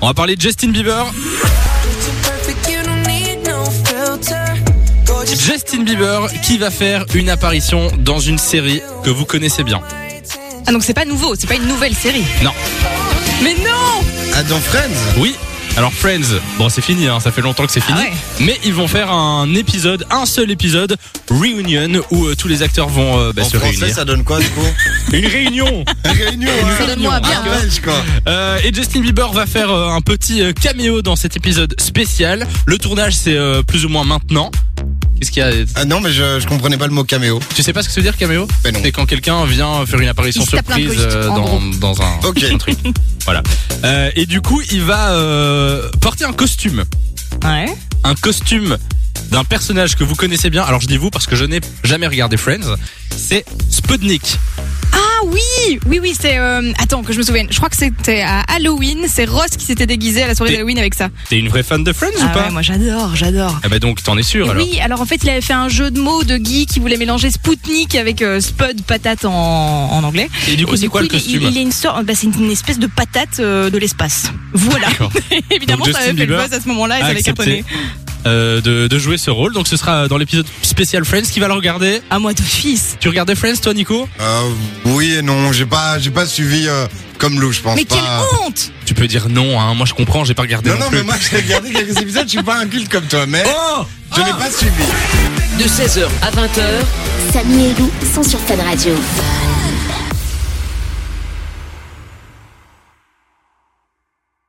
On va parler de Justin Bieber. Justin Bieber qui va faire une apparition dans une série que vous connaissez bien. Ah donc c'est pas nouveau, c'est pas une nouvelle série. Non. Mais non Ah, dans Friends Oui. Alors Friends, bon c'est fini, hein, ça fait longtemps que c'est fini. Ah ouais. Mais ils vont faire un épisode, un seul épisode, Reunion, où euh, tous les acteurs vont euh, bah, En se français, réunir. ça donne quoi du coup Une réunion Réunion, Ça donne Ah, moins bien. En belge quoi Euh, et Justin Bieber va faire euh, un petit euh, caméo dans cet épisode spécial. Le tournage c'est euh, plus ou moins maintenant. Qu'est-ce qu'il y a Ah non, mais je, je comprenais pas le mot caméo. Tu sais pas ce que ça veut dire caméo Ben non. C'est quand quelqu'un vient faire une apparition Il se tape surprise l'improviste, euh, en dans, dans un, Ok. un truc. Voilà. Euh, et du coup, il va euh, porter un costume, Ouais. un costume d'un personnage que vous connaissez bien. Alors je dis vous parce que je n'ai jamais regardé Friends. C'est Sputnik. Ah oui Oui, oui, c'est... euh, Attends, que je me souvienne. Je crois que c'était à Halloween. C'est Ross qui s'était déguisé à la soirée Et- d'Halloween avec ça. T'es une vraie fan de Friends Ah ou pas ouais, moi j'adore, j'adore. Eh ben donc t'en es sûr Et alors. Oui, alors en fait, il avait fait un jeu de mots de Guy qui voulait mélanger Spoutnik avec euh, Spud, patate en, en anglais. Et du coup, Et c'est quoi le il- costume il, il est une sorte, bah, c'est une, une espèce de patate euh, de l'espace. Voilà. D'accord. Évidemment, Donc, ça avait Justin fait le Bieber buzz à ce moment-là et a ça avait accepté. cartonné. euh, de, de jouer ce rôle. Donc ce sera dans l'épisode spécial Friends qui va le regarder. À moi d'office. Tu regardais Friends toi Nico Euh, oui et non, j'ai pas, j'ai pas suivi euh, comme Lou, je pense Mais pas. quelle honte Tu peux dire non, hein. moi je comprends, j'ai pas regardé. Non, non, plus. mais moi j'ai regardé quelques épisodes, je suis pas un culte comme toi, mais Oh je n'ai pas suivi. De 16h à 20h, Samy et Lou sont sur Fan Radio.